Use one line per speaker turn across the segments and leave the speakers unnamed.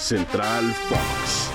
Central Fox.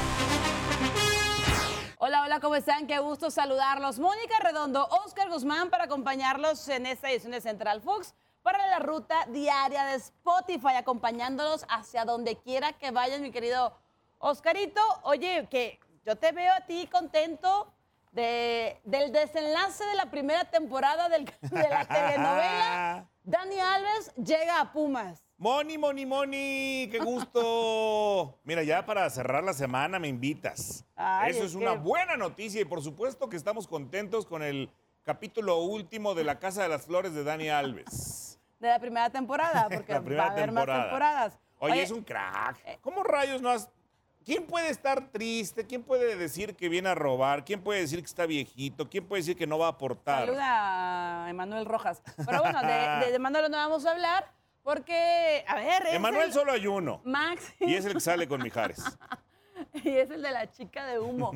Hola, hola, ¿cómo están? Qué gusto saludarlos. Mónica Redondo, Oscar Guzmán para acompañarlos en esta edición de Central Fox para la ruta diaria de Spotify, acompañándolos hacia donde quiera que vayan, mi querido Oscarito. Oye, que yo te veo a ti contento de- del desenlace de la primera temporada del- de la telenovela. Dani Alves llega a Pumas.
Moni, Moni, Moni, qué gusto. Mira, ya para cerrar la semana me invitas.
Ay,
Eso
es
es una
que-
buena noticia y por supuesto que estamos contentos con el capítulo último de La Casa de las Flores de Dani Alves.
De la primera temporada, porque
la primera
va a haber
temporada.
más temporadas. eh,
Oye, es un crack. ¿Cómo rayos no has... ¿Quién puede estar triste? ¿Quién puede decir que viene a robar? ¿Quién puede decir que está viejito? ¿Quién puede decir que no va a aportar?
Saluda a Emanuel Rojas. Pero bueno, de, de- de Emanuel no vamos a hablar porque, a ver, es
Emanuel
el
solo hay uno.
Max
Y es el que sale con Mijares.
y es el de la chica de humo.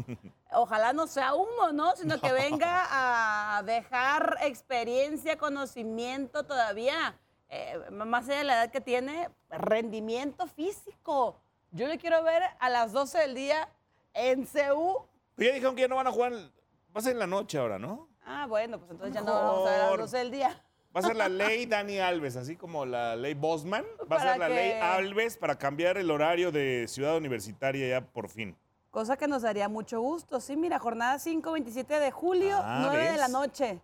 Ojalá no sea humo, ¿no? Sino que venga a dejar experiencia, conocimiento todavía, eh, más allá de la edad que tiene, rendimiento físico. Yo le quiero ver a las 12 del día en CU.
Pero Pues ya dijeron que ya no van a jugar... Va a ser en la noche ahora, ¿no?
Ah, bueno, pues entonces ya no vamos a ver a las
Mejor.
12 del día.
Va a ser la ley Dani Alves, así como la ley Bosman. Va a
Para
ser la
que-
ley Alves para cambiar el horario de Ciudad Universitaria ya por fin.
Cosa que nos daría mucho gusto. Sí, mira, jornada 5, 27 de julio,
Ah,
9 de
¿ves?
la noche.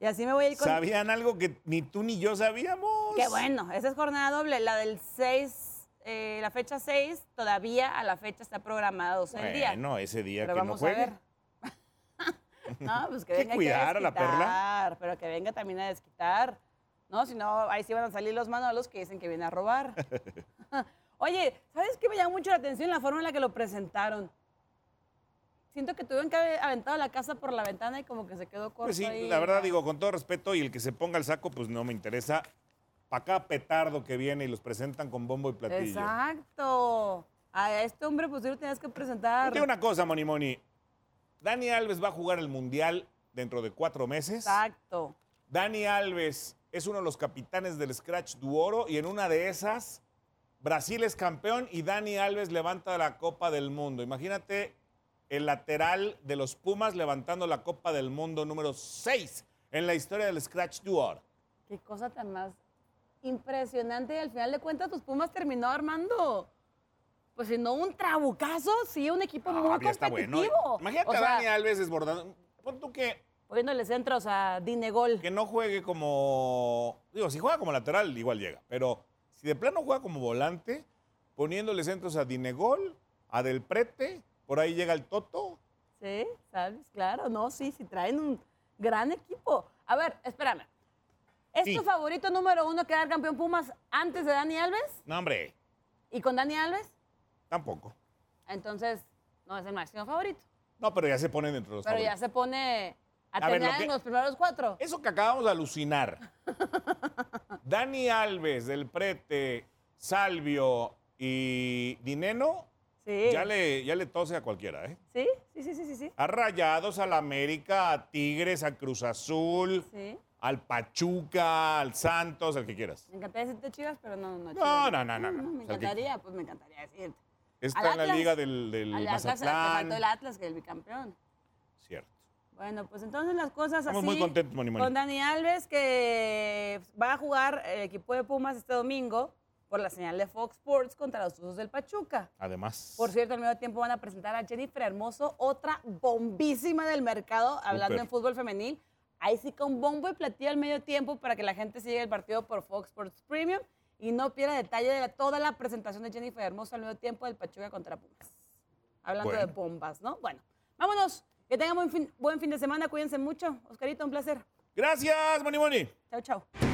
Y así me voy a ir con...
¿Sabían algo que ni tú ni yo sabíamos?
Qué bueno, esa es jornada doble. La del 6, eh, la fecha 6, todavía a la fecha está programada 12 del día.
Bueno, ese día
Pero
que no
vamos a
juegue.
ver. no, pues que
Hay que
venga
cuidar a la perla.
desquitar, Pero que venga también a desquitar. No, si no, ahí sí van a salir los manolos que dicen que viene a robar. Oye, ¿sabes qué me llamó mucho la atención? La forma en la que lo presentaron. Siento que tuvieron que haber aventado la casa por la ventana y como que se quedó corto
Pues sí,
ahí.
la verdad digo, con todo respeto, y el que se ponga el saco, pues no me interesa. Pa' cada petardo que viene y los presentan con bombo y platillo.
Exacto. A este hombre, pues tú lo tenías que presentar.
Te digo una cosa, Moni Moni. Dani Alves va a jugar el Mundial dentro de cuatro meses.
Exacto.
Dani Alves es uno de los capitanes del Scratch Duoro y en una de esas Brasil es campeón y Dani Alves levanta la Copa del Mundo. Imagínate el lateral de los Pumas levantando la Copa del Mundo número 6 en la historia del Scratch Duoro.
Qué cosa tan más impresionante. Y al final de cuentas, tus Pumas terminó armando, pues si no un trabucazo, sí un equipo muy
Todavía
competitivo.
Ah, está bueno. Imagínate
o
a
sea,
Dani Alves desbordando. Pon tú que,
poniéndole centros a Dinegol.
que no juegue como... Digo, si juega como lateral, igual llega. Pero si de plano juega como volante, poniéndole centros a Dinegol, a Del Prete, por ahí llega el Toto.
Sí, ¿sabes? Claro, no, sí, sí traen un gran equipo. A ver, espérame. ¿Es
Sí.
tu favorito número uno quedar campeón Pumas antes de Dani Alves?
No, hombre,
¿Y con Dani Alves?
tampoco.
Entonces, no es el máximo favorito.
No, pero ya se ponen dentro de los
Pero ya
favoritos.
se pone a,
A ver, lo
terminar en
que- ¿Eh?
los primeros cuatro.
Eso que acabamos de alucinar. Dani Alves, Del Prete, Salvio y Dineno,
Sí.
ya, le, ya le tose a cualquiera, ¿eh?
sí. Sí, sí, sí, sí, sí.
A Rayados, al América, a Tigres, a Cruz Azul,
Sí.
al Pachuca, al Santos, al que quieras.
Me encantaría decirte chivas, pero no, no.
No,
Chivas.
no, no, no, no.
Me
O sea, el que-
encantaría, pues me encantaría decirte. Al
Está en la
Atlas.
liga del, del
Al Atlas, te
Mazatlán.
faltó el Atlas, que es el bicampeón.
Cierto.
Bueno, pues entonces las cosas
Estamos
así.
muy contentos, Moni Moni.
Con Dani Alves, que va a jugar el equipo de Pumas este domingo por la señal de Fox Sports contra los Tuzos del Pachuca.
Además.
Por cierto, al mismo tiempo van a presentar a Jennifer Hermoso, otra bombísima del mercado, hablando
Súper.
en fútbol femenil. Ahí sí con bombo y platillo al medio tiempo para que la gente siga el partido por Fox Sports Premium y no pierda detalle de la- toda la presentación de Jennifer Hermoso al medio tiempo del Pachuca contra Pumas. Hablando de
Bueno.
bombas, ¿no? Bueno, vámonos. Que tengan buen fin, buen fin de semana. Cuídense mucho. Oscarito, un placer.
Gracias, Moni Moni.
Chao, chao.